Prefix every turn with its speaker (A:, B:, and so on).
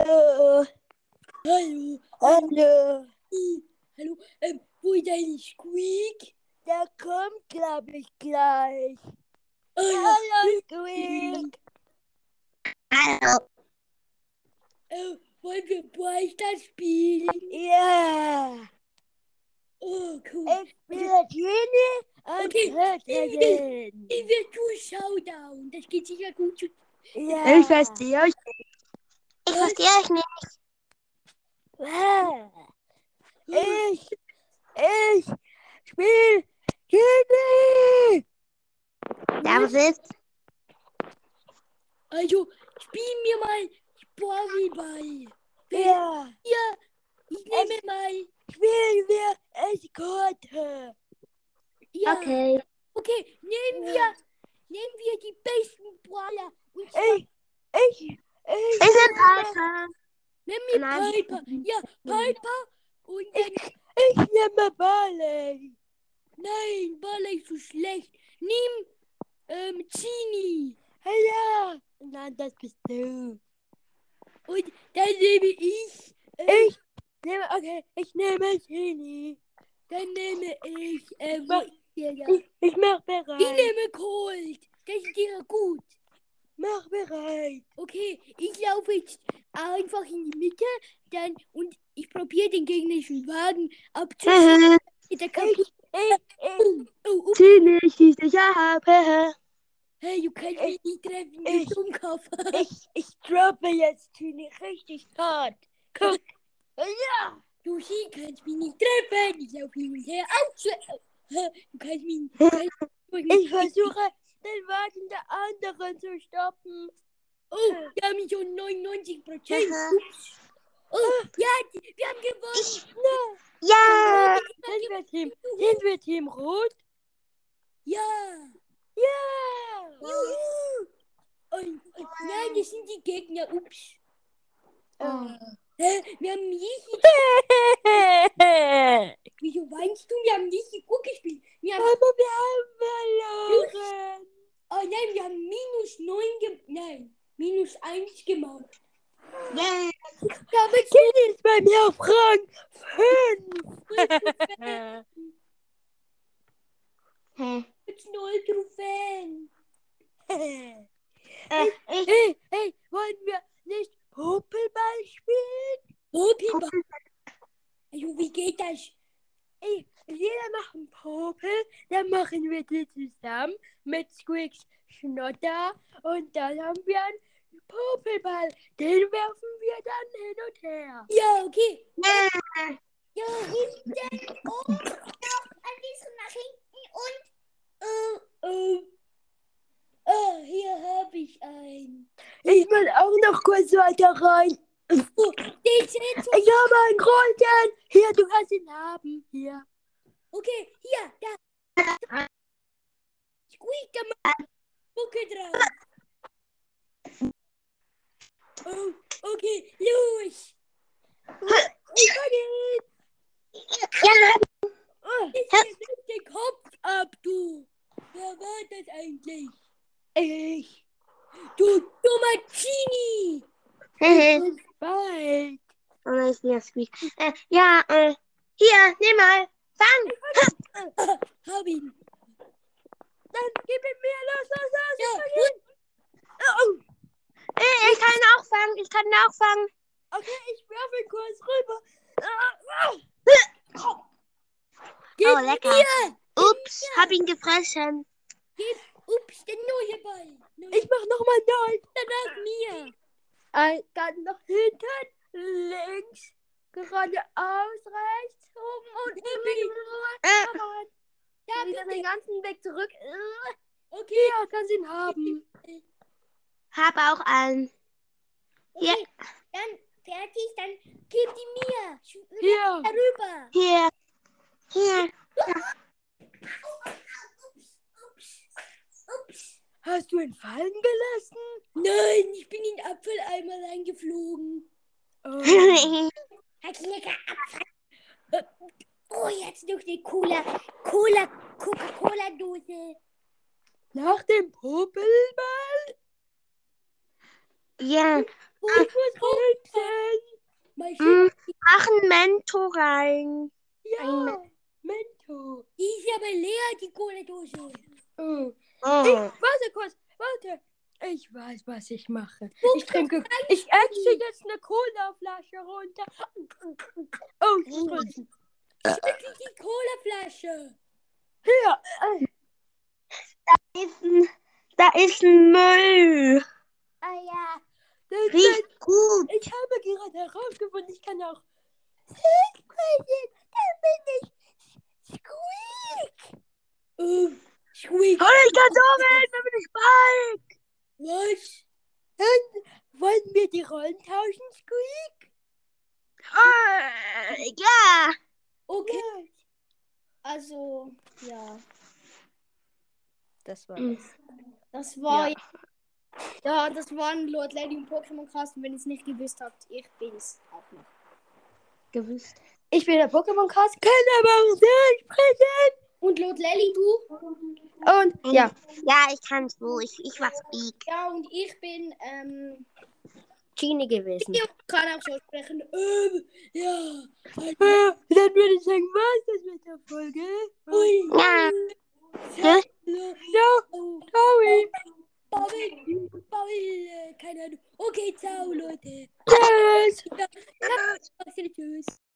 A: Äh,
B: Hallo.
A: Hallo,
B: I, Hallo. Ähm, wo ist eigentlich Squeak?
A: der kommt, glaube ich, gleich.
B: Ah, ja.
A: Hallo, Squeak.
B: äh, wollen wir Beichter spielen?
A: Ja,
B: Oh, cool.
A: ich bin der Genie und
B: Okay.
A: Königin.
B: Wie wir tun Showdown. Das geht sicher gut zu.
A: Ja.
C: Ich verstehe euch nicht. Ich verstehe euch nicht.
A: Ah,
B: hm,
A: Äh, Ich, ich spiel Genie.
C: Da sitzt.
B: Also, spiel mir mal Sportball.
A: Ja,
B: Ich nehme mal.
A: spielen wir Eskorte.
B: Ja. Okay, nehmen wir, nehmen wir die besten Brawler und zwar
A: Ich, ich, ich,
C: Ich bin Piper.
B: nehmen wir
C: Nein.
B: Piper. Ja, Piper und dann,
A: ich nehme Barley.
B: nein, Barley ist so schlecht. Nimm ähm, Genie
A: Ja, nein, das bist du.
B: und dann nehme ich, ähm,
A: Ich nehme, okay, ich nehme Genie.
B: dann nehme ich, ähm,
A: Ma-
B: ja, ja.
A: Ich, ich mach
B: ich
A: bereit.
B: nehme Colt. Das ist ja gut.
A: Mach bereit.
B: Okay, ich laufe jetzt einfach in die Mitte dann und ich probiere den gegnerischen Wagen abzuschießen. Der kaputt.
A: Ich, ich,
B: Oh, oh, oh.
C: Zieh nicht, schieß dich ab.
B: Hey, du kannst mich nicht treffen,
A: ich-
B: du Dummkopf.
A: ich, ich droppe jetzt Genie richtig hart. Guck.
B: Du sie kannst mich nicht treffen. Ich laufe hin und her. Au, zu- äh, Du kannst mich nicht treffen.
A: Ich versuche, den Wagen der anderen zu stoppen.
B: Oh, wir haben schon 99 Prozent. Oh, ja, die- wir haben gewonnen.
C: Ja.
A: Sind wir Team, sind wir Team Rot?
B: Ja. Juhu. Und, und, nein, das sind die Gegner. Ups. Hä, wir haben nicht,
A: Ja.
B: wieso weinst du? Wir haben nicht die Kuh gespielt. Wir haben,
A: Aber wir haben verloren.
B: oh nein, wir haben minus 9 gemacht. Nein, minus 1 gemacht. Damit
A: Genie ist bei mir auf Rang 5.
C: Äh,
B: gibt's null Trophäen.
C: Äh,
A: Hey, hey, wollen wir nicht Popelball spielen?
B: Popelball. Also, wie geht das?
A: Ey, jeder macht einen Popel, dann machen wir die zusammen mit Squeaks Schnotter und dann haben wir einen Popelball. Den werfen wir dann hin und her.
B: Ja, okay.
C: Ja.
B: Ja, hinten, oben, noch ein bisschen nach hinten und. Äh, äh, ah, hier habe ich einen.
A: Ich will auch noch kurz weiter rein.
B: Oh, den seht ihr?
A: Ich habe einen roten. Hier, du kannst ihn haben. Hier.
B: Okay, hier, da. Squeak, da macht Spucke drauf. Oh, okay, los.
A: Ich kann ihn. Oh,
B: Ich nimm den Kopf ab, du. Wer war das eigentlich?
A: ich
B: Du dummer Genie!
A: bald.
C: Und dann ist wieder Squeak. Äh, Ja, äh, hier, nimm mal. Fang.
B: Hab ihn!
A: Dann gib ihn mir. Los, los, los.
B: Ja,
A: Oh,
C: Äh, Ich kann auch fangen. Ich kann auch fangen.
A: okay, ich werfe ihn kurz rüber.
B: Ah, gib
C: Oh, lecker.
B: mir!
C: Ups, hab ihn gefressen.
B: Ups, der neue Ball! Neue
A: Ich mach nochmal neu.
B: nach mir!
A: Ein, dann nach hinten, links, geradeaus, rechts, oben und
B: Happy.
C: Äh,
A: unten.
B: Da
A: Wieder
B: bitte!
A: den ganzen Weg zurück.
B: Okay,
A: Ja, kannst ihn haben.
C: Hab auch einen. Ja.
B: okay. Dann fertig, dann gib die mir! Sch-
A: Hier.
B: Darüber!
C: Hier. Hier.
B: Ups!
A: Hast du ihn fallen gelassen?
B: Nein, ich bin in den Apfeleimer reingeflogen.
A: Oh.
B: Hat lecker Apfel. Oh, jetzt noch eine Cola, Cola, Coca-Cola-Dose.
A: Nach dem Popelball?
C: Ja.
B: Oh,
A: Ich muss hinten.
B: mein Schiff
C: Mm. machen Mento rein.
A: Ja, Mento.
B: Die ist aber leer, die Cola-Dose.
A: Oh. Ich,
C: Oh.
A: warte kurz, warte. Ich weiß, was ich mache. Ich trinke, ich ätze jetzt eine Colaflasche runter. Oh, ich muss kotzen.
B: Wirklich die Cola-Flasche.
A: hier.
C: Da ist ein, da ist ein Müll.
B: Ah ja.
A: Das- das-
C: Riecht gut.
A: Ich habe gerade herausgefunden, ich kann auch.
B: Oh, Squeak.
C: Hey, Kartoffeln, da bin ich bald.
B: Was?
A: Wollen wir die Rollen tauschen, Squeak?
C: Äh, ja.
B: Okay. Also, ja.
A: Das war
B: Mm.
C: Mhm.
B: Das war. Ja. das waren Lord Lady und Pokémon Cast. Und wenn ihr es nicht gewusst habt, ich bin's auch noch.
A: gewusst.
B: Ich bin der Pokémon Cast.
A: Kann aber auch sehr sprechen.
B: Und Lord Lelly, du?
A: Und ja.
C: Ja, ich kann's wohl. Ich, ich war Speak.
B: Ja, und ich bin, ähm,
A: Genie gewesen.
B: ja, kann auch so sprechen. Ähm, ja.
A: Äh, dann würde ich sagen, was das mit der Folge?
B: Ui.
C: Ja.
B: Ja.
A: Ciao,
B: Oh,
A: Howie.
B: Bubble, Bubble, äh, keine Ahnung. Okay, ciao, Leute.
A: Tschüss.
B: Tschüss.